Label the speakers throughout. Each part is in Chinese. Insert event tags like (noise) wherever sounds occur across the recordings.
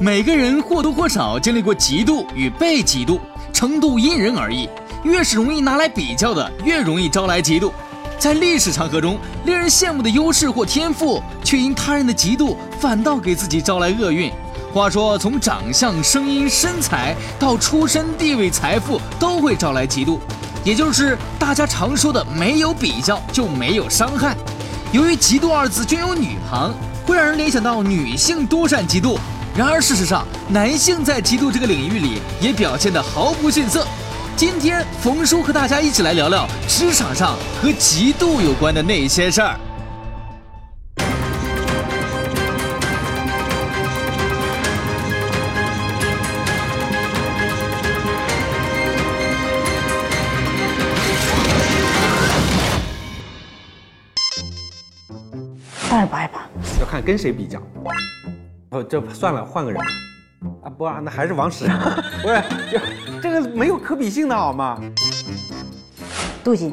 Speaker 1: 每个人或多或少经历过嫉妒与被嫉妒，程度因人而异。越是容易拿来比较的，越容易招来嫉妒。在历史长河中，令人羡慕的优势或天赋，却因他人的嫉妒，反倒给自己招来厄运。话说，从长相、声音、身材到出身、地位、财富，都会招来嫉妒，也就是大家常说的“没有比较就没有伤害”。由于“嫉妒”二字均有女行，会让人联想到女性多善嫉妒。然而，事实上，男性在嫉妒这个领域里也表现得毫不逊色。今天，冯叔和大家一起来聊聊职场上和嫉妒有关的那些事儿。
Speaker 2: 二百吧，
Speaker 3: 要看跟谁比较。哦，这算了，换个人。啊不啊，那 (laughs) 还是王石。不是，这这个没有可比性的好吗？
Speaker 2: 妒忌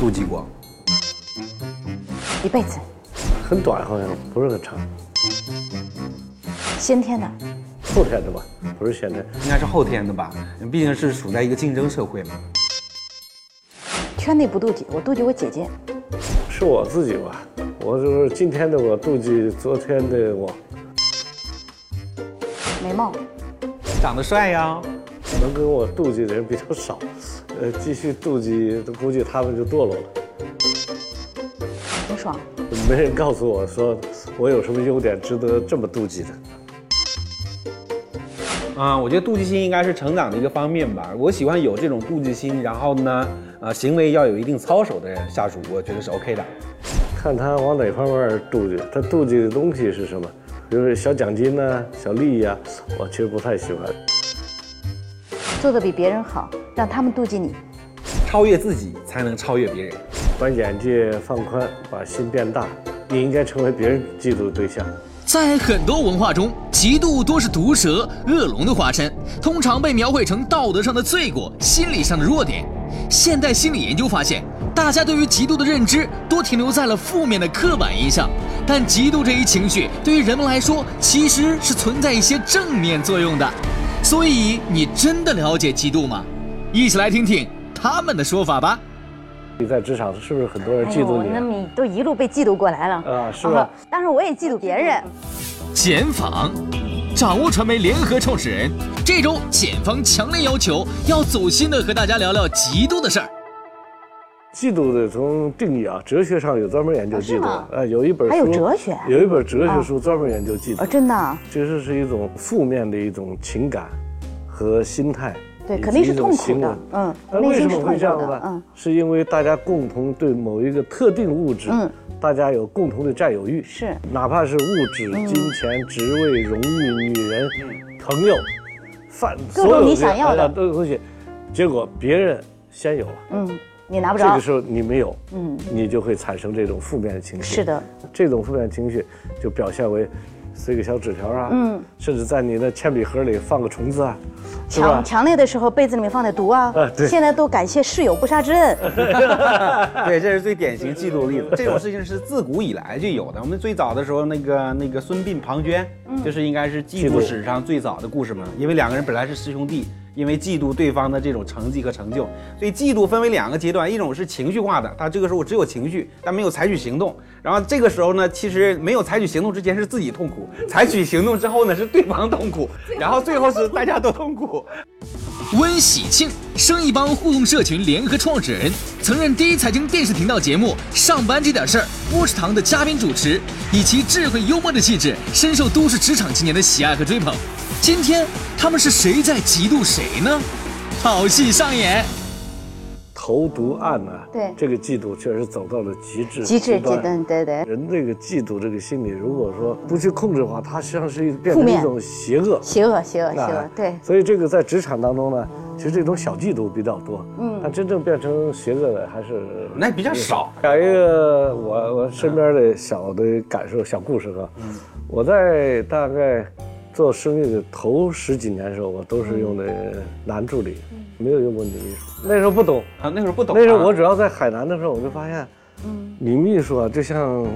Speaker 3: 妒忌过，
Speaker 2: 一辈子，
Speaker 4: 很短，好像不是很长，
Speaker 2: 先天的，
Speaker 4: 后天的吧，不是先天。
Speaker 3: 应该是后天的吧？毕竟是处在一个竞争社会嘛。
Speaker 2: 圈内不妒忌，我妒忌我姐姐。
Speaker 4: 是我自己吧，我就是今天的我妒忌昨天的我，
Speaker 2: 美貌，
Speaker 3: 长得帅呀，
Speaker 4: 能跟我妒忌的人比较少，呃，继续妒忌，估计他们就堕落了。
Speaker 2: 不爽，
Speaker 4: 没人告诉我说我有什么优点值得这么妒忌的。
Speaker 3: 啊，我觉得妒忌心应该是成长的一个方面吧。我喜欢有这种妒忌心，然后呢，啊，行为要有一定操守的人下属，我觉得是 OK 的。
Speaker 4: 看他往哪方面妒忌，他妒忌的东西是什么？就是小奖金呐、小利益呀、我其实不太喜欢。
Speaker 2: 做的比别人好，让他们妒忌你。
Speaker 3: 超越自己才能超越别人。
Speaker 4: 把眼界放宽，把心变大，你应该成为别人嫉妒的对象。
Speaker 1: 在很多文化中，嫉妒多是毒蛇、恶龙的化身，通常被描绘成道德上的罪过、心理上的弱点。现代心理研究发现，大家对于嫉妒的认知多停留在了负面的刻板印象，但嫉妒这一情绪对于人们来说，其实是存在一些正面作用的。所以，你真的了解嫉妒吗？一起来听听他们的说法吧。
Speaker 4: 你在职场是不是很多人嫉妒你
Speaker 2: 哎那
Speaker 4: 啊？
Speaker 2: 你都一路被嫉妒过来了
Speaker 4: 啊是吧？
Speaker 2: 但是我也嫉妒别人，
Speaker 1: 检访，掌握传媒联合创始人。这周检方强烈要求要走心的和大家聊聊嫉妒的事儿。
Speaker 4: 嫉妒的从定义啊，哲学上有专门研究
Speaker 2: 是
Speaker 4: 嫉妒
Speaker 2: 吗
Speaker 4: 的，呃，有一本书
Speaker 2: 还有哲学
Speaker 4: 有一本哲学书专门研究嫉
Speaker 2: 哦，
Speaker 4: 妒，
Speaker 2: 真的啊，
Speaker 4: 其实是一种负面的一种情感和心态，
Speaker 2: 对
Speaker 4: 以及
Speaker 2: 肯定是
Speaker 4: 一种
Speaker 2: 痛苦
Speaker 4: 行为
Speaker 2: 的，嗯，
Speaker 4: 那
Speaker 2: 内
Speaker 4: 啊为什
Speaker 2: 心是
Speaker 4: 么
Speaker 2: 痛
Speaker 4: 会
Speaker 2: 苦
Speaker 4: 这样
Speaker 2: 的
Speaker 4: 呢？，
Speaker 2: 嗯，
Speaker 4: 是因为大家共同对某一个特定物质，
Speaker 2: 嗯
Speaker 4: 大家有共同的占有欲，
Speaker 2: 是
Speaker 4: 哪怕是物质、金钱、职位、荣誉、女人、朋友，饭
Speaker 2: 各种
Speaker 4: 所有
Speaker 2: 你
Speaker 4: 的
Speaker 2: 想要的
Speaker 4: 哎呀都有东西，结果别人先有了，
Speaker 2: 嗯，你拿不
Speaker 4: 这
Speaker 2: 着
Speaker 4: 个，时候你没有，
Speaker 2: 嗯，
Speaker 4: 你就会产生这种负面的情绪。
Speaker 2: 是的，
Speaker 4: 这种负面情绪就表现为塞个小纸条啊，嗯，甚至在你的铅笔盒里放个虫子啊，是吧
Speaker 2: 强？强烈的时候被子里面放点毒啊
Speaker 4: 啊，对
Speaker 2: 现在都感谢室友不杀之
Speaker 4: (laughs)
Speaker 2: 恩， (laughs)
Speaker 3: 对，这是最典型嫉妒的例子。这种事情是自古以来就有的。我们最早的时候，那个那个孙膑、庞涓，
Speaker 2: 嗯
Speaker 3: 就是应该是嫉妒史上最早的故事嘛。因为两个人本来是师兄弟，因为嫉妒对方的这种成绩和成就，所以嫉妒分为两个阶段，一种是情绪化的，他这个时候只有情绪，但没有采取行动。然后这个时候呢，其实没有采取行动之前是自己痛苦，采取行动之后呢是对方痛苦，然后最后是大家都痛苦。
Speaker 1: 温喜庆，生意帮互动社群联合创始人，曾任第一财经电视频道节目《上班这点事儿》波士堂的嘉宾主持，以其智慧幽默的气质，深受都市职场青年的喜爱和追捧。今天他们是谁在嫉妒谁呢？好戏上演。
Speaker 4: 投毒案呢、
Speaker 2: 对
Speaker 4: 这个嫉妒确实走到了极致，
Speaker 2: 极致
Speaker 4: 端
Speaker 2: 极端，嗯对对，
Speaker 4: 人这个嫉妒这个心理，如果说不去控制的话，它实际上是一变
Speaker 2: 负
Speaker 4: 成
Speaker 2: 面
Speaker 4: 一种邪恶。
Speaker 2: 邪恶邪恶邪恶
Speaker 4: 哎，
Speaker 2: 对，
Speaker 4: 所以这个在职场当中呢，其实这种小嫉妒比较多。嗯，但真正变成邪恶的还是
Speaker 3: 那比较少。
Speaker 4: 讲一个我我身边的小的感受、小故事哈。我在大概做生意的头十几年的时候，我都是用的男助理，
Speaker 2: 嗯
Speaker 4: 没有用过女秘书。那时候不懂，
Speaker 3: 啊，那时候不懂啊、
Speaker 4: 那时候我主要在海南的时候，我就发现，女秘书啊，就像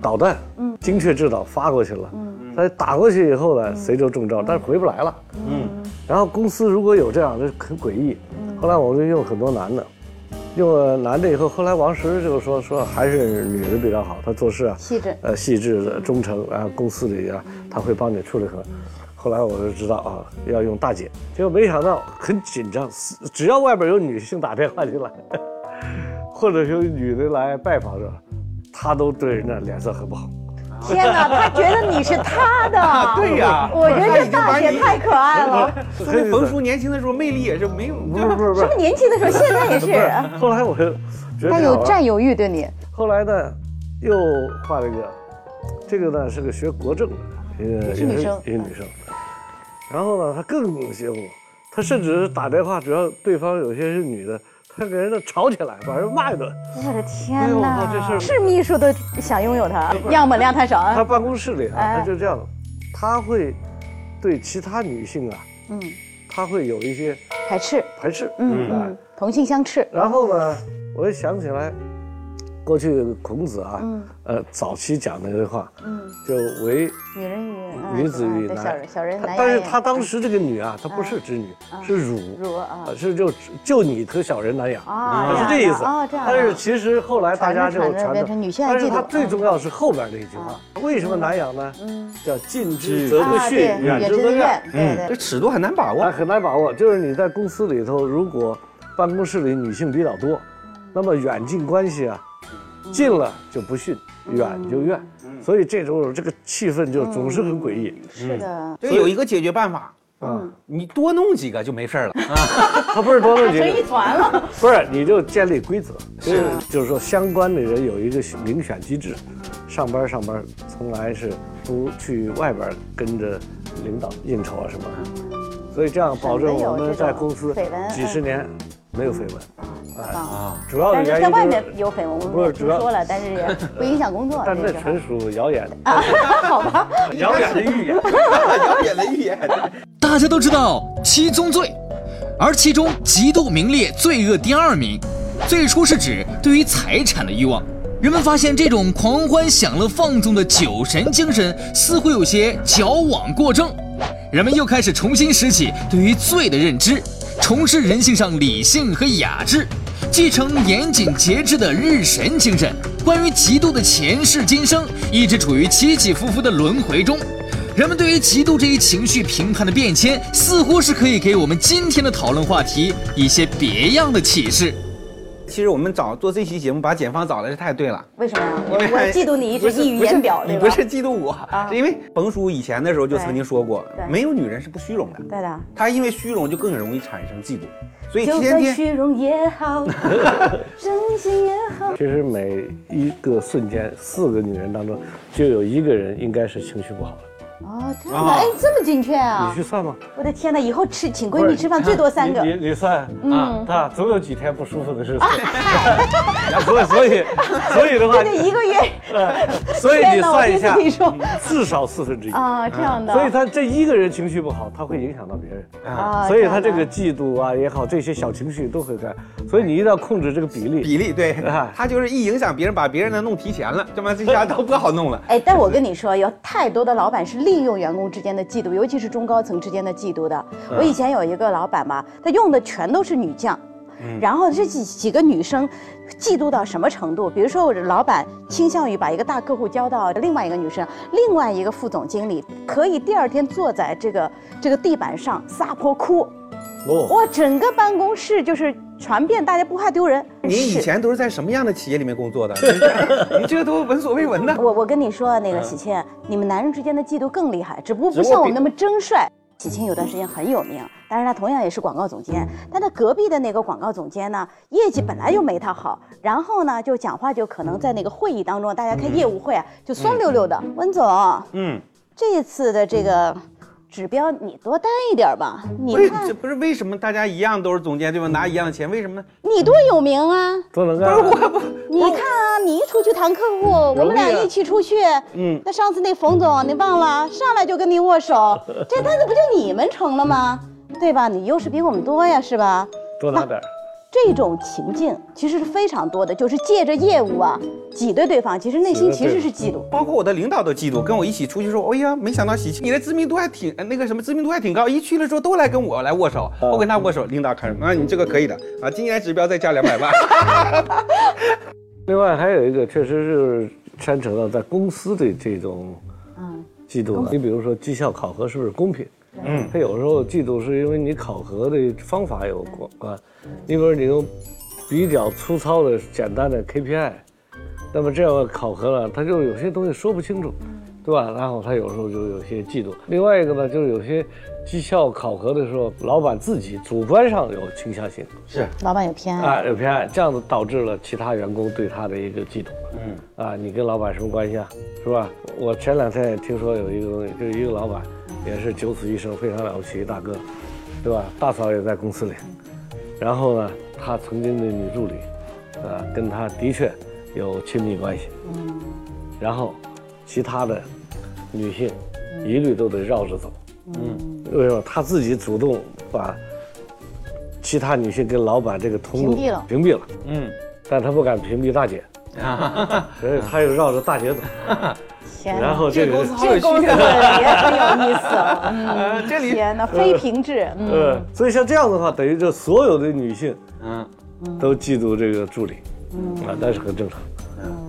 Speaker 4: 导弹，精确制导发过去了，但打过去以后呢，谁都中招，但是回不来了。
Speaker 3: 嗯，。
Speaker 4: 然后公司如果有这样的很诡异，
Speaker 2: 嗯
Speaker 4: 后来我们就用很多男的，用了男的以后，后来王石就说说还是女的比较好，她做事啊，
Speaker 2: 细致
Speaker 4: 呃，细致的、忠诚啊，公司里啊，她会帮你处理很。后来我就知道啊，要用大姐，结果没想到很紧张，只要外边有女性打电话进来， (laughs) 或者有女的来拜访着，她都对人家脸色很不好。
Speaker 2: 天哪，他觉得你是他的
Speaker 4: (laughs)
Speaker 3: 啊对呀
Speaker 2: 我觉得
Speaker 3: 他已
Speaker 2: 这
Speaker 3: 经
Speaker 2: 大
Speaker 3: 把
Speaker 2: 姐
Speaker 3: 你
Speaker 2: 太可爱了。
Speaker 3: 说明冯叔年轻的时候魅力也是没有，
Speaker 4: 不是不是不
Speaker 2: 是
Speaker 4: 是
Speaker 2: 不，是年轻的时候，现在也是。啊
Speaker 4: 后来我就觉得
Speaker 2: 他
Speaker 4: 挺好
Speaker 2: 有
Speaker 4: 玩
Speaker 2: 占有欲对你，
Speaker 4: 后来呢，又画了一个，这个呢是个学国政的，一个
Speaker 2: 也是女生
Speaker 4: 一个女生。然后呢，她更邪乎，她甚至打电话，只要对方有些是女的，她给人家吵起来，把人骂一顿。
Speaker 2: 我的
Speaker 4: 哎
Speaker 2: 天
Speaker 4: 呦
Speaker 2: 哪！
Speaker 4: 这事儿
Speaker 2: 是秘书都想拥有他，样本量太少
Speaker 4: 她
Speaker 2: 啊。
Speaker 4: 办公室里啊，
Speaker 2: 哎
Speaker 4: 她就这样，她会对其他女性啊，
Speaker 2: 嗯，
Speaker 4: 她会有一些
Speaker 2: 排斥，
Speaker 4: 排斥。
Speaker 2: 嗯
Speaker 4: 哎
Speaker 2: 嗯，同性相斥。
Speaker 4: 然后呢，我又想起来，过去孔子啊，
Speaker 2: 嗯
Speaker 4: 呃，早期讲的那句话，
Speaker 2: 嗯，
Speaker 4: 就为
Speaker 2: 女人与哎
Speaker 4: 女子与
Speaker 2: 对
Speaker 4: 男，
Speaker 2: 小人小人
Speaker 4: 她
Speaker 2: 男
Speaker 4: 但是
Speaker 2: 养也
Speaker 4: 她当时这个女啊，她不
Speaker 2: 嗯
Speaker 4: 是织女，是乳，
Speaker 2: 辱啊
Speaker 4: 呃是就就你和小人难养
Speaker 2: 啊
Speaker 4: 是这
Speaker 2: 这
Speaker 4: 意
Speaker 2: 样
Speaker 4: 思。
Speaker 2: 啊这样啊
Speaker 4: 但是其实后来大家就
Speaker 2: 传着传着
Speaker 4: 传
Speaker 2: 变成女性
Speaker 4: 但是
Speaker 2: 嫉妒
Speaker 4: 她最重要是后边那一句话，为什么难养呢？
Speaker 2: 嗯
Speaker 4: 叫近之则不嗯
Speaker 2: 啊，对，
Speaker 4: 逊，
Speaker 2: 远之
Speaker 4: 则
Speaker 2: 则怨。对
Speaker 3: 嗯这
Speaker 2: 对，
Speaker 3: 尺度很难把
Speaker 4: 啊，
Speaker 3: 握。
Speaker 4: 很难把握。就是你在公司里头，如果办公室里女性比较多，
Speaker 2: 嗯
Speaker 4: 那么远近关系啊，近了就不逊，远
Speaker 2: 嗯
Speaker 4: 就怨，所以这种这个气氛就总是很诡异。
Speaker 2: 是的，
Speaker 3: 这有一个解决办法，啊
Speaker 4: 嗯，
Speaker 3: 你多弄几个就没 (laughs) 事儿了。
Speaker 4: 他不是多弄几
Speaker 2: (laughs) 成一
Speaker 4: 个，
Speaker 2: 团
Speaker 4: (laughs)
Speaker 2: 了。
Speaker 4: 不是你就建立规则，就是就是说相关的人有一个遴选机制，上班上班从来是不去外边跟着领导应酬啊什么的，所以这样保证我们在公司
Speaker 2: 嗯没有这种绯闻嗯
Speaker 4: 几十年没有绯闻，
Speaker 2: 啊，
Speaker 4: 主要的
Speaker 2: 但是
Speaker 4: 原因
Speaker 2: 在外
Speaker 4: 就是
Speaker 2: 面有绯闻，我
Speaker 4: 不
Speaker 2: 们
Speaker 4: 是
Speaker 2: 也
Speaker 4: 主
Speaker 2: 听
Speaker 4: 要
Speaker 2: 说了，但是也不影响工作。
Speaker 4: (laughs) 但
Speaker 2: 个
Speaker 4: 这
Speaker 2: 时候
Speaker 4: 纯属谣言，
Speaker 2: 啊好吧，
Speaker 3: 遥远的预言， (laughs) 遥远的预言。
Speaker 1: 大家都知道七宗罪，而其中嫉妒名列罪恶第二名。最初是指对于财产的欲望。人们发现这种狂欢、享乐、放纵的酒神精神似乎有些矫枉过正，人们又开始重新拾起对于罪的认知，重拾人性上理性和雅致，继承严谨节制的日神精神。关于嫉妒的前世今生，一直处于起起伏伏的轮回中。人们对于嫉妒这一情绪评判的变迁，似乎是可以给我们今天的讨论话题一些别样的启示。
Speaker 3: 其实我们找做这期节目，把检方找来是太对了。
Speaker 2: 为什么呀？我
Speaker 3: 因为
Speaker 2: 我嫉妒你一直
Speaker 3: 不是
Speaker 2: 溢于
Speaker 3: 不是
Speaker 2: 言表，
Speaker 3: 你
Speaker 2: 对吧
Speaker 3: 不？是嫉妒我，是因为冯叔以前的时候就
Speaker 2: 对
Speaker 3: 曾经说过
Speaker 2: 对，
Speaker 3: 没有女人是不虚荣的。
Speaker 2: 对的，
Speaker 3: 她因为虚荣就更容易产生嫉妒，
Speaker 4: 哎
Speaker 3: 所以
Speaker 2: 就
Speaker 3: 天
Speaker 2: 算
Speaker 3: 天
Speaker 2: 虚荣也
Speaker 4: (laughs)
Speaker 2: 好，真心也好。
Speaker 4: 其实每一个瞬间，四个女人当中就有一个人应该是情绪不好的。
Speaker 2: 哦，真的，
Speaker 3: 啊
Speaker 2: 哎，这么精确啊
Speaker 4: 你！去算吗？
Speaker 2: 我的天哪，以后吃请闺蜜吃饭最多三个嗯
Speaker 4: 你。你你算啊，他总有几天不舒服的
Speaker 2: (laughs)
Speaker 4: 事情。所以所以所以的话呃
Speaker 2: 这，就一个月 (laughs)
Speaker 4: 所以你算一下
Speaker 2: 天哪我第一次听，
Speaker 4: (laughs) 至少四分之一。
Speaker 2: 啊，这样的。
Speaker 4: 嗯所以他这一个人情绪不好，他会影响到别人。
Speaker 2: 啊，
Speaker 4: 所以他这
Speaker 2: 样的
Speaker 4: 个嫉妒啊也好，这些小情绪都会干。所以你一定要控制这个比例。
Speaker 3: 比例对
Speaker 4: 哎，
Speaker 3: 她就是一影响别人，把别人的弄提前了，这么这 (laughs) 下都不好弄了。
Speaker 2: 哎，但我跟你说，有太多的老板是利用员工之间的嫉妒，尤其是中高层之间的嫉妒的。我
Speaker 3: 嗯
Speaker 2: 以前有一个老板吧，他用的全都是女将，
Speaker 3: 嗯
Speaker 2: 然后这几几个女生嫉妒到什么程度？比如说，我的老板倾向于把一个大客户交到另外一个女生，另外一个副总经理可以第二天坐在这个这个地板上撒泼哭，
Speaker 4: 哦，
Speaker 2: 哇，整个办公室就是传遍，大家不怕丢人。
Speaker 3: 您以
Speaker 2: 是
Speaker 3: 前都是在什么样的企业里面工作的？您这您这都闻所未闻
Speaker 2: (laughs)
Speaker 3: 的。
Speaker 2: 我我跟你说啊，那个喜庆，你们男人之间的嫉妒更厉害，只不过不像我们那么争帅。喜庆有段时间很有名，但是他同样也是广告总监，但他隔壁的那个广告总监呢，业绩本来就没他好，然后呢就讲话就可能在那个会议当中，大家开业务会啊，就酸溜溜的，温总，
Speaker 3: 嗯，
Speaker 2: 这次的这个指标你多担一点吧，嗯你
Speaker 3: 不是
Speaker 2: 看
Speaker 3: 这不是为什么大家一样都是总监对吧？拿一样的钱，为什么呢？
Speaker 2: 你多有名啊，
Speaker 4: 多能干啊。
Speaker 2: 你看啊，你一出去谈客户，我们俩一起出去。啊嗯，那上次那冯总你忘了，上来就跟您握 (laughs) 手，这单子不就你们成了吗？对吧？你优势比我们多呀，是吧？
Speaker 4: 多拿点儿。
Speaker 2: 这种情境其实是非常多的，就是借着业务啊挤兑对方，其实内心其实是嫉妒。
Speaker 3: 包括我的领导都嫉妒，跟我一起出去说，哎呀，没想到喜庆，你的知名度还挺呃那个什么知名度还挺高，一去了之后都来跟我来握手，
Speaker 2: 嗯
Speaker 3: 我跟他握手，领导看啊，你这个可以的啊，今年指标再加两百万。 (laughs)
Speaker 4: 另外还有一个，确实是牵扯到在公司的这种
Speaker 2: 嗯，
Speaker 4: 嫉妒了。你比如说绩效考核是不是公平？
Speaker 3: 嗯，
Speaker 4: 他有时候嫉妒是因为你考核的方法有关。你比如你用比较粗糙的、简单的 KPI，那么这样考核了，他就有些东西说不清楚，对吧？然后他有时候就有些嫉妒。另外一个呢，就是有些绩效考核的时候，老板自己主观上有倾向性
Speaker 3: 是，
Speaker 2: 老板有偏爱。
Speaker 4: 啊，有偏爱，这样子导致了其他员工对他的一个嫉妒。
Speaker 3: 嗯，
Speaker 4: 啊，你跟老板什么关系啊？是吧？我前两天也听说有一个东西，就是一个老板，也是九死一生，非常了不起一大哥，对吧？大嫂也在公司里，然后呢，他曾经的女助理，啊，跟他的确有亲密关系，嗯，然后其他的女性
Speaker 2: 嗯
Speaker 4: 一律都得绕着走，嗯，为什么？他自己主动把其他女性跟老板这个通路
Speaker 2: 屏蔽了
Speaker 4: 屏蔽了，
Speaker 3: 嗯，
Speaker 4: 但他不敢屏蔽大
Speaker 2: (laughs)
Speaker 4: 姐，所以他又绕着大姐走。
Speaker 2: 天哪
Speaker 4: 然后这个，
Speaker 2: 这公司也很有意 (laughs) 思哦。
Speaker 3: 啊，这
Speaker 2: 嗯，
Speaker 3: 里，
Speaker 2: 天哪，非平制。嗯，
Speaker 4: 呃，所以像这样的话，等于就所有的女性
Speaker 3: 嗯，
Speaker 4: 都嫉妒这个助理，
Speaker 2: 嗯
Speaker 4: 啊，但是很正常。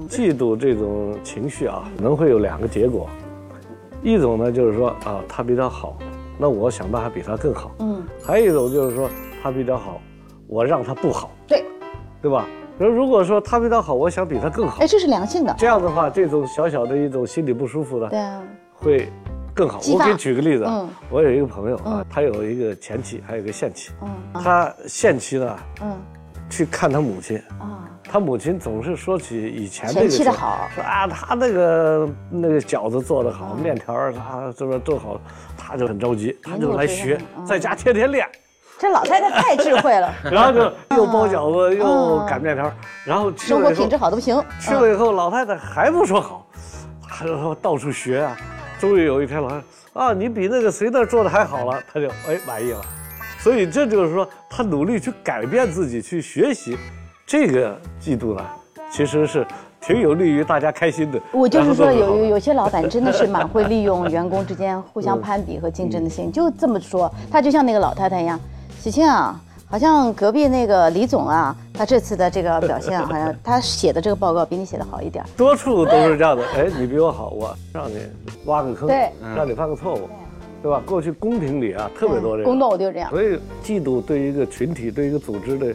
Speaker 4: 嫉妒这种情绪啊，可能会有两个结果，一种呢就是说啊，他比他好，那我想办法比他更好。嗯，还有一种就是说他比他好，我让他不好，
Speaker 2: 对，
Speaker 4: 对吧？那如果说他比他好，我想比他更好
Speaker 2: 哎，，这是良性的。
Speaker 4: 这样的话，这种小小的一种心理不舒服呢，
Speaker 2: 对啊，
Speaker 4: 会更好。
Speaker 2: 激
Speaker 4: 我
Speaker 2: 发
Speaker 4: 给你举个例子啊，
Speaker 2: 嗯
Speaker 4: 我有一个朋友啊，他有一个前妻，还有一个现妻。
Speaker 2: 嗯
Speaker 4: 他现妻呢
Speaker 2: 嗯
Speaker 4: 去看他母亲，
Speaker 2: 啊，
Speaker 4: 他母亲总是说起以前那
Speaker 2: 前
Speaker 4: 个
Speaker 2: 期
Speaker 4: 事
Speaker 2: 的
Speaker 4: 儿
Speaker 2: 好，
Speaker 4: 说啊，他那个那个饺子做得好，
Speaker 2: 嗯
Speaker 4: 面条儿啊这边做好，他就很着急，他就来学
Speaker 2: 这样，嗯
Speaker 4: 在家天天练，
Speaker 2: 这老太太太智慧
Speaker 4: (laughs)
Speaker 2: 了，
Speaker 4: 然后就又包饺子又擀面条儿，然后去
Speaker 2: 嗯生活
Speaker 4: 了以后
Speaker 2: 品质好的不行。嗯
Speaker 4: 去了以后，老太太还不说好，她就说到处学啊。终于有一天，老太太啊，你比那个谁那儿做的还好了，她就哎满意了。所以这就是说，她努力去改变自己，去学习，这个季度呢，其实是挺有利于大家开心的。
Speaker 2: 我就是说，
Speaker 4: 然后
Speaker 2: 有
Speaker 4: 都很好嗯
Speaker 2: 有有些老板真的是蛮会利
Speaker 4: (laughs)
Speaker 2: 用员工之间互相攀比和竞争的心理，就这么说。他就像那个老太太一样，喜庆啊，好像隔壁那个李总啊，他这次的这个表现啊，好像他写的这个报告比你写的好一点儿。
Speaker 4: 多处都是这样的。 (laughs) 哎，你比我好，我让你挖个坑，
Speaker 2: 对
Speaker 4: 让你犯个错误，对吧？过去宫廷里啊，特别多这个。
Speaker 2: 工作我就这样，
Speaker 4: 所以嫉妒对一个群体、对一个组织的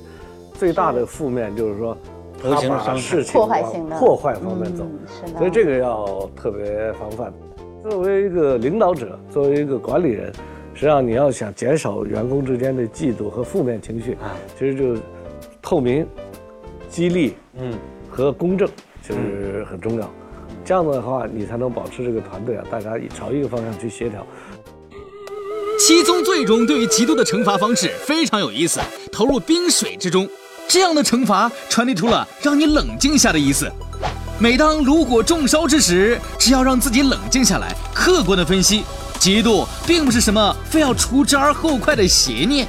Speaker 4: 最大的负面就是说，
Speaker 3: 同情伤
Speaker 4: 它把
Speaker 3: 害
Speaker 4: 事情
Speaker 2: 破坏
Speaker 4: 往
Speaker 2: 性的嗯
Speaker 4: 破坏方面走，
Speaker 2: 是的。
Speaker 4: 所以这个要特别防范。作为一个领导者，作为一个管理人，实际上你要想减少员工之间的嫉妒和负面情绪，其实就是透明、激励，
Speaker 3: 嗯，
Speaker 4: 和公正就是很重要。这样的话，你才能保持这个团队啊，大家朝一个方向去协调。
Speaker 1: 七宗罪中对于嫉妒的惩罚方式非常有意思，投入冰水之中。这样的惩罚传递出了让你冷静下的意思。每当炉火重烧之时，只要让自己冷静下来，客观的分析，嫉妒并不是什么非要除之而后快的邪念。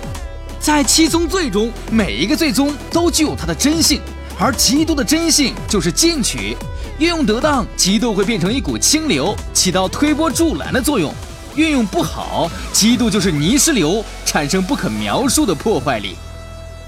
Speaker 1: 在七宗罪中，每一个罪宗都具有它的真性，而嫉妒的真性就是进取。运用得当，嫉妒会变成一股清流，起到推波助澜的作用；运用不好，嫉妒就是泥石流，产生不可描述的破坏力。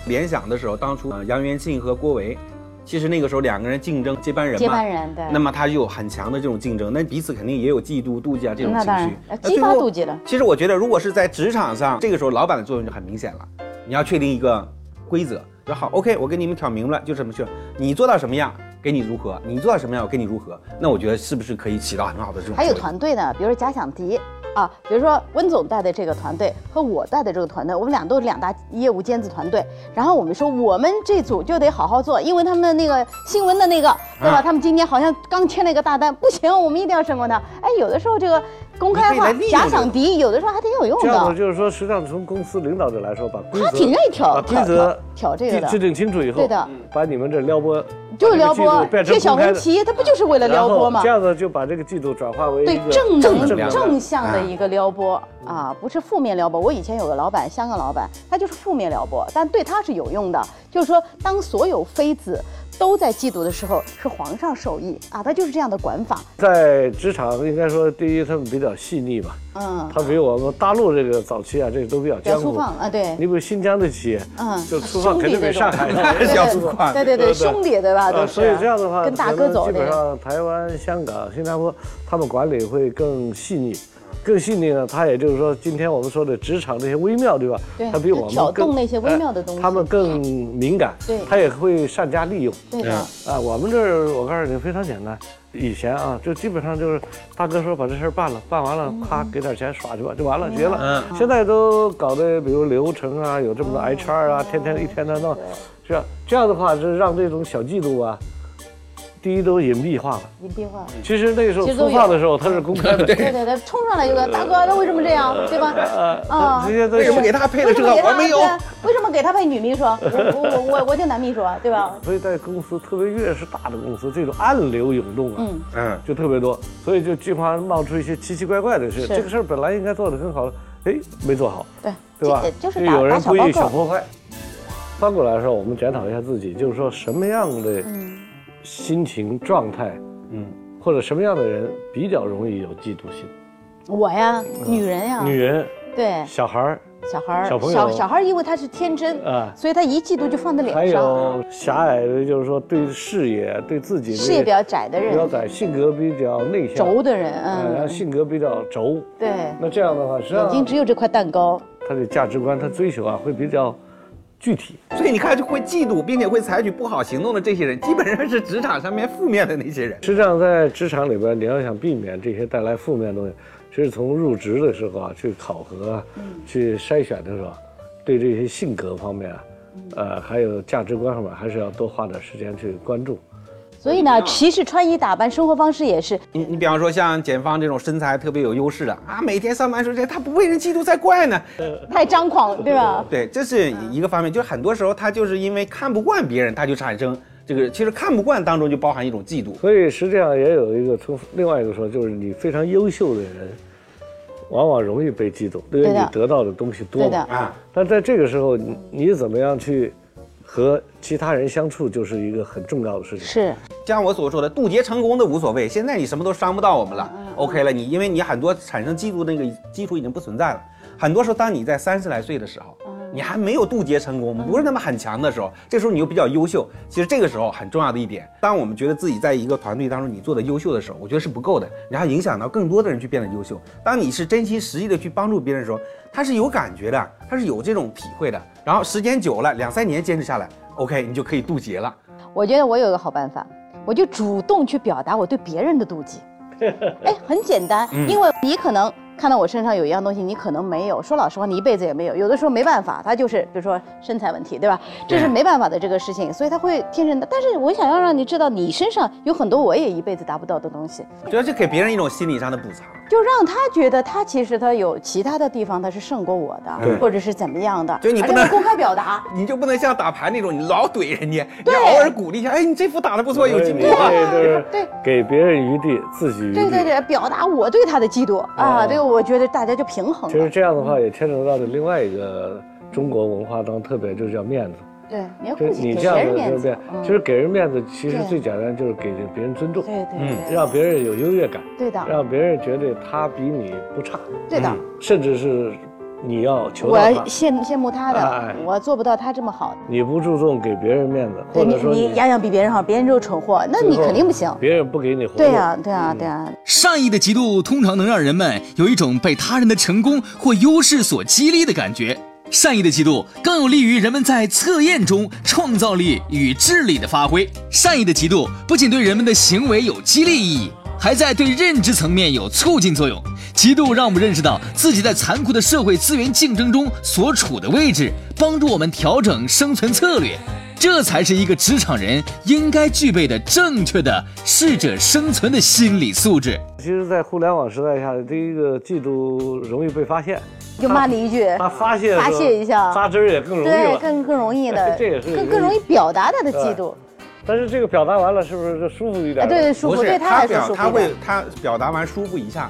Speaker 3: 联想的时候，当初呃杨元庆和郭维，其实那个时候两个人竞争接班人嘛，
Speaker 2: 接班人对
Speaker 3: 那么他就有很强的这种竞争，那彼此肯定也有嫉妒、妒忌啊这种
Speaker 2: 那
Speaker 3: 情
Speaker 2: 当
Speaker 3: 绪
Speaker 2: 然呃，
Speaker 3: 那
Speaker 2: 激
Speaker 3: 最
Speaker 2: 发
Speaker 3: 后
Speaker 2: 妒忌了
Speaker 3: 其实我觉得，如果是在职场上，这个时候老板的作用就很明显了，你要确定一个规则，说好，OK，我给你们挑明了，就这么去，你做到什么样。给你如何，你做到什么样，我给你如何。那我觉得是不是可以起到很好的这种
Speaker 2: 还有
Speaker 3: 作用
Speaker 2: 团队呢，比如说假想敌啊，比如说温总带的这个团队和我带的这个团队，我们俩都是两大业务尖子团队。然后我们说，我们这组就得好好做，因为他们那个新闻的那个，对吧？
Speaker 3: 啊
Speaker 2: 他们今年好像刚签了一个大单，不行，我们一定要胜过他。哎，有的时候这个公开
Speaker 3: 你可以来
Speaker 2: 化
Speaker 3: 利用
Speaker 2: 假
Speaker 3: 这个
Speaker 2: 想敌，有的时候还挺有用
Speaker 4: 这样呢，
Speaker 2: 的。
Speaker 4: 就是说，实际上从公司领导者来说，把规则
Speaker 2: 他挺愿意挑
Speaker 4: 把
Speaker 2: 挑挑
Speaker 4: 规则
Speaker 2: 挑这个
Speaker 4: 制
Speaker 2: 的，
Speaker 4: 制定清楚以后，
Speaker 2: 对的，
Speaker 4: 把你们这撩拨
Speaker 2: 就是撩
Speaker 4: 把
Speaker 2: 拨贴
Speaker 4: 这个制度变成
Speaker 2: 小
Speaker 4: 公开
Speaker 2: 红
Speaker 4: 的，
Speaker 2: 旗，他不就是为了
Speaker 4: 然
Speaker 2: 撩拨
Speaker 4: 后
Speaker 2: 吗
Speaker 4: 这？样子就把这个嫉妒转化为
Speaker 2: 对
Speaker 4: 一个
Speaker 2: 正
Speaker 3: 正能
Speaker 2: 能
Speaker 3: 量的
Speaker 4: 哎
Speaker 2: 正向的
Speaker 3: 啊
Speaker 2: 一个撩拨，啊，不是负面撩拨。我以前有个老板，香港老板，他就是负面撩拨，但对他是有用的。就是说，当所有妃子都在嫉妒的时候，是皇上受益啊，他就是这样的管法。
Speaker 4: 在职场应该说，对于他们比较细腻吧，
Speaker 2: 嗯，
Speaker 4: 他比我们大陆这个早期啊，这个都比较
Speaker 2: 比较
Speaker 4: 艰
Speaker 2: 粗
Speaker 4: 苦。
Speaker 2: 放啊，对
Speaker 4: 你，比如新疆的企业，
Speaker 2: 嗯，
Speaker 4: 就粗放
Speaker 2: 兄弟
Speaker 4: 肯定比
Speaker 2: 这种
Speaker 4: 上海的
Speaker 2: (laughs)
Speaker 3: (laughs)
Speaker 2: 对对
Speaker 3: 比较粗犷
Speaker 2: 对对对，
Speaker 4: 对对
Speaker 2: 兄弟对吧？都
Speaker 4: 啊，
Speaker 2: 是
Speaker 4: 所以这样的话，
Speaker 2: 跟大
Speaker 4: 可
Speaker 2: 哥
Speaker 4: 能
Speaker 2: 走
Speaker 4: 基
Speaker 2: 那
Speaker 4: 本
Speaker 2: 个。
Speaker 4: 上台湾、香港、新加坡，他们管理会更细
Speaker 2: 嗯
Speaker 4: 腻，更细腻呢。他也就是说，今天我们说的职场这些微妙，对吧？
Speaker 2: 对
Speaker 4: 他比我们
Speaker 2: 挑动
Speaker 4: 更
Speaker 2: 那些微妙的东西
Speaker 4: 哎他们更敏感，
Speaker 2: 对
Speaker 4: 他也会善加利用。
Speaker 2: 对的，
Speaker 4: 啊，我们这儿我告诉你非常简单，以前啊，就基本上就是大哥说把这事儿办了，办完了，
Speaker 2: 嗯
Speaker 4: 咔给点钱耍去吧，就完了，结了。
Speaker 3: 嗯
Speaker 4: 现在都搞得比如流程啊，有这
Speaker 2: 嗯
Speaker 4: 么多 HR 啊，天天一天天闹，是吧？这样的话是让这种小嫉妒啊，第一都隐蔽化了。
Speaker 2: 隐蔽化。
Speaker 4: 其实那个时候
Speaker 2: 其实都
Speaker 4: 粗
Speaker 2: 有
Speaker 4: 放的时候，它是公开的。
Speaker 2: 对对对，冲上来就问大哥，那为什么这样，对吧？啊，
Speaker 4: 呃这些都
Speaker 3: 为什么
Speaker 4: 是
Speaker 3: 给他配
Speaker 2: 为
Speaker 3: 了
Speaker 2: 什
Speaker 3: 这
Speaker 2: 么
Speaker 3: 个
Speaker 2: 给他
Speaker 3: 我没
Speaker 2: (laughs)
Speaker 3: 有？
Speaker 2: 对为什么给他配女秘书？
Speaker 4: (laughs)
Speaker 2: 我我我我我就男秘书，啊对吧？
Speaker 4: 所以在公司，特别越是大的公司，这种暗流涌动啊，
Speaker 2: 嗯
Speaker 3: 嗯，
Speaker 4: 就特别多，所以就经常冒出一些奇奇怪怪的事。
Speaker 2: 是
Speaker 4: 这个事儿本来应该做得很好了，哎，没做好，
Speaker 2: 对，
Speaker 4: 对吧
Speaker 2: 这？就是
Speaker 4: 就
Speaker 2: 打
Speaker 4: 有
Speaker 2: 打
Speaker 4: 人
Speaker 2: 小
Speaker 4: 故
Speaker 2: 报
Speaker 4: 意想
Speaker 2: 告。
Speaker 4: 破坏。翻过来说，我们检讨一下自己，就是说什么样的
Speaker 2: 嗯
Speaker 4: 心情状态，
Speaker 3: 嗯
Speaker 4: 嗯，或者什么样的人比较容易有嫉妒心？
Speaker 2: 我呀，女人呀，
Speaker 4: 嗯女人、
Speaker 2: 对
Speaker 4: 小孩儿，
Speaker 2: 小孩儿
Speaker 4: 小朋友
Speaker 2: 小小孩儿，因为他是天真
Speaker 4: 啊，
Speaker 2: 所以他一嫉妒就放在
Speaker 4: 还
Speaker 2: 脸上。
Speaker 4: 有狭隘的，就是说对视野、对自己的
Speaker 2: 视野比较窄的
Speaker 4: 比较
Speaker 2: 人，
Speaker 4: 窄，性格比较内向，
Speaker 2: 轴的人，
Speaker 4: 嗯，然后
Speaker 2: 嗯，
Speaker 4: 性格比较轴。
Speaker 2: 对，
Speaker 4: 那这样的话，实际
Speaker 2: 眼睛
Speaker 4: 上
Speaker 2: 只有这块蛋糕。
Speaker 4: 他的价值观、他追求啊，会比较具体。
Speaker 3: 所以你看，就会嫉妒，并且会采取不好行动的这些人，基本上是职场上面负面的那些人。
Speaker 4: 实际上，在职场里边，你要想避免这些带来负面的东西，是从入职的时候啊，去考核啊，
Speaker 2: 嗯
Speaker 4: 去筛选的时候啊，对这些性格方面啊，
Speaker 2: 嗯
Speaker 4: 呃，还有价值观方面，还是要多花点时间去关注。
Speaker 2: 所以呢，其实穿衣打扮、生活方式也是，
Speaker 3: 你你比方说像简芳这种身材特别有优势的啊，每天上班时候这他不被人嫉妒才怪呢。
Speaker 2: 太张狂，对吧？
Speaker 3: 对，这是一个方面，就是很多时候他就是因为看不惯别人，他就产生这个，其实看不惯当中就包含一种嫉妒。
Speaker 4: 所以实际上也有一个从另外一个说，就是你非常优秀的人，往往容易被嫉妒，因为
Speaker 2: 对
Speaker 4: 你
Speaker 2: 的
Speaker 4: 得到的东西多
Speaker 2: 对的
Speaker 4: 嘛。
Speaker 3: 啊，
Speaker 4: 但在这个时候，你你怎么样去和其他人相处，就是一个很重要的事情。
Speaker 2: 是，
Speaker 3: 像我所说的，渡劫成功的无所谓，现在你什么都伤不到我们了、o k 了你，因为你很多产生嫉妒那个基础已经不存在了。很多时候，当你在三十来岁的时候，你还没有渡劫成功，不是那么很强的时候，这时候你又比较优秀。其实这个时候很重要的一点，当我们觉得自己在一个团队当中你做的优秀的时候，我觉得是不够的，你还影响到更多的人去变得优秀。当你是真心实意的去帮助别人的时候，他是有感觉的，他是有这种体会的。然后时间久了，两三年坚持下来，OK，你就可以渡劫了。
Speaker 2: 我觉得我有一个好办法，我就主动去表达我对别人的妒
Speaker 3: (laughs)
Speaker 2: 忌。哎，很简单，
Speaker 3: 嗯
Speaker 2: 因为你可能看到我身上有一样东西，你可能没有。说老实话，你一辈子也没有。有的时候没办法，他就是比如说身材问题，对吧？这是没办法的这个事情，所以他会天生的。但是我想要让你知道，你身上有很多我也一辈子达不到的东西，
Speaker 3: 主要是给别人一种心理上的补偿。
Speaker 2: 就让他觉得他其实他有其他的地方他是胜过我的，或者是怎么样的，
Speaker 3: 就你
Speaker 2: 而
Speaker 3: 不
Speaker 2: 且会
Speaker 3: 能
Speaker 2: 公开表达。
Speaker 3: 你就不能像打牌那种，你老怼人家，你偶尔鼓励一下，哎，你这副打得不错，有进步
Speaker 4: 对
Speaker 3: 啊。
Speaker 4: 就是
Speaker 2: 对
Speaker 4: 给别人余地，自己余
Speaker 2: 对对
Speaker 4: 地。
Speaker 2: 对，表达我对他的嫉妒
Speaker 3: 嗯
Speaker 2: 啊，这个我觉得大家就平衡
Speaker 4: 其
Speaker 2: 了
Speaker 4: 实。这样的话，也牵扯到的另外一个中国文化当中特别就是叫面子，
Speaker 2: 对，你要
Speaker 4: 就
Speaker 2: 顾
Speaker 4: 是
Speaker 2: 及
Speaker 4: 你
Speaker 2: 给
Speaker 4: 这样
Speaker 2: 别人
Speaker 4: 的
Speaker 2: 面
Speaker 4: 就是
Speaker 2: 子
Speaker 4: 面，，
Speaker 2: 嗯
Speaker 4: 其实给人面子，其实
Speaker 2: 对
Speaker 4: 最简单就是给别人尊重，
Speaker 2: 对对对，
Speaker 4: 嗯让别人有优越感，
Speaker 2: 对的，
Speaker 4: 让别嗯人觉得他比你不差，
Speaker 2: 对的，
Speaker 4: 甚至是你要求
Speaker 2: 我
Speaker 4: 到他。
Speaker 2: 羡羡慕他
Speaker 4: 哎
Speaker 2: 的，我做不到他这么好。
Speaker 4: 你不注重给别人面子，
Speaker 2: 对
Speaker 4: 或
Speaker 2: 你
Speaker 4: 者说
Speaker 2: 你样样比别人好，别人就是蠢货，那你
Speaker 4: 最后
Speaker 2: 肯定不行。
Speaker 4: 别人不给你活路，
Speaker 2: 对呀，对
Speaker 4: 嗯
Speaker 2: 呀，对呀，
Speaker 1: 善意的嫉妒通常能让人们有一种被他人的成功或优势所激励的感觉。善意的嫉妒更有利于人们在测验中创造力与智力的发挥。善意的嫉妒不仅对人们的行为有激励意义，还在对认知层面有促进作用。嫉妒让我们认识到自己在残酷的社会资源竞争中所处的位置，帮助我们调整生存策略。这才是一个职场人应该具备的正确的适者生存的心理素质。
Speaker 4: 其实，在互联网时代下，第一个嫉妒容易被发现，
Speaker 2: 就骂你一句，
Speaker 4: 他发泄的时候
Speaker 2: 发泄一下
Speaker 4: 扎针儿也更容易
Speaker 2: 对，
Speaker 4: 了。哎
Speaker 2: 更更容
Speaker 4: (laughs)
Speaker 2: 易的，
Speaker 4: 这也是
Speaker 2: 更更容易表达他的
Speaker 4: 对
Speaker 2: 嫉妒。
Speaker 4: 但是这个表达完了，是不是就舒服一点
Speaker 2: 哎，
Speaker 4: 了？
Speaker 2: 对，舒服，对他来说
Speaker 3: 表
Speaker 2: 舒服一
Speaker 3: 他
Speaker 2: 点。
Speaker 3: 会他表达完舒服一下，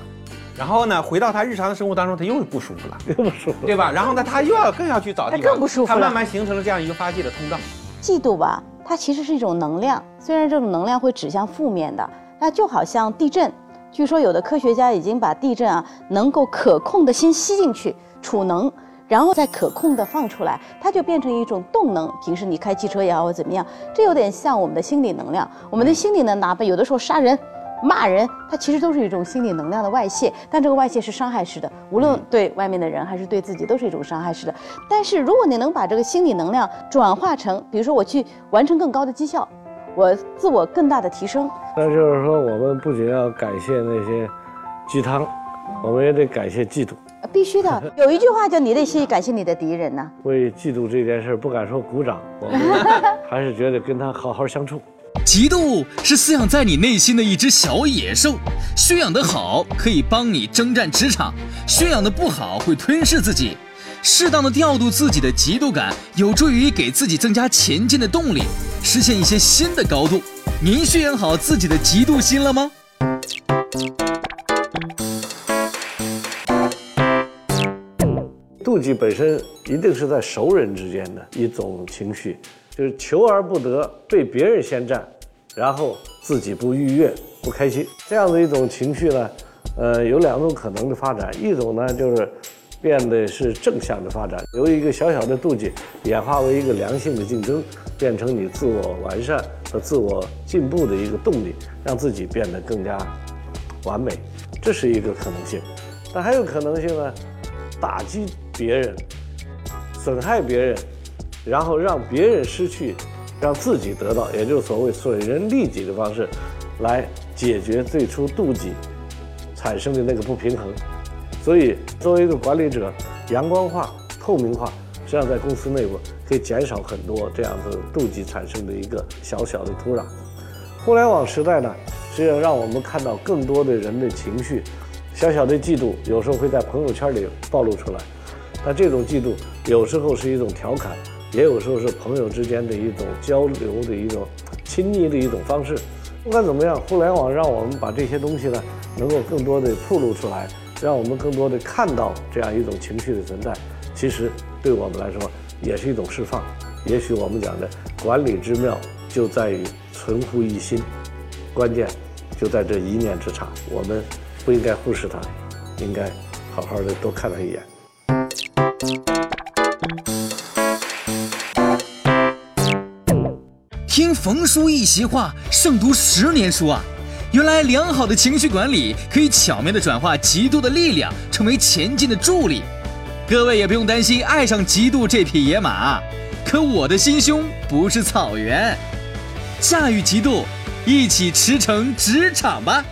Speaker 3: 然后呢，回到他日常的生活当中，他又不舒服了，
Speaker 4: (laughs) 这么说，
Speaker 3: 对吧？然后呢，他又要更要去找地方，
Speaker 2: 他更不舒服
Speaker 3: 他
Speaker 2: 了
Speaker 3: 慢慢形成了这样一个发泄的通道。
Speaker 2: 嫉妒吧，它其实是一种能量，虽然这种能量会指向负面的，那就好像地震。据说有的科学家已经把地震啊能够可控的先吸进去储能，然后再可控的放出来，它就变成一种动能。平时你开汽车也好或怎么样，这有点像我们的心理能量。我们的心理呢，哪怕有的时候杀人、骂人，它其实都是一种心理能量的外泄，但这个外泄是伤害式的，无论对外面的人还是对自己，都是一种伤害式的。但是如果你能把这个心理能量转化成，比如说我去完成更高的绩效，我自我更大的提升，
Speaker 4: 那就是说，我们不仅要感谢那些鸡汤，我们也得感谢嫉妒。
Speaker 2: 呃必须的。有一句话叫“你得先感谢你的敌人”呐。
Speaker 4: 为嫉妒这件事儿不敢说鼓掌，
Speaker 2: (laughs)
Speaker 4: 我们还是觉得跟他好好相处。
Speaker 1: 嫉妒是饲养在你内心的一只小野兽，驯养的好可以帮你征战职场，驯养的不好会吞噬自己。适当的调度自己的嫉妒感，有助于给自己增加前进的动力，实现一些新的高度。您驯养好自己的嫉妒心了吗？
Speaker 4: 妒忌本身一定是在熟人之间的一种情绪，就是求而不得，被别人先占，然后自己不愉悦、不开心，这样的一种情绪呢，呃，有两种可能的发展，一种呢就是变得是正向的发展，由一个小小的妒忌演化为一个良性的竞争，变成你自我完善和自我进步的一个动力，让自己变得更加完美，这是一个可能性。但还有可能性呢，打击别人，损害别人，然后让别人失去，让自己得到，也就是所谓损人利己的方式，来解决最初妒忌产生的那个不平衡。所以，作为一个管理者，阳光化、透明化，实际上在公司内部可以减少很多这样子妒忌产生的一个小小的土壤。互联网时代呢，实际上让我们看到更多的人的情绪，小小的嫉妒有时候会在朋友圈里暴露出来，但这种嫉妒有时候是一种调侃，也有时候是朋友之间的一种交流的一种亲昵的一种方式。不管怎么样，互联网让我们把这些东西呢，能够更多的暴露出来，让我们更多的看到这样一种情绪的存在。其实对我们来说，也是一种释放。也许我们讲的管理之妙，就在于存乎一心，关键就在这一念之差。我们不应该忽视它，应该好好的多看它一眼。
Speaker 1: 听冯叔一席话，胜读十年书啊！原来良好的情绪管理可以巧妙地转化嫉妒的力量，成为前进的助力。各位也不用担心爱上嫉妒这匹野马啊，可我的心胸不是草原。驾驭嫉妒，一起驰骋职场吧！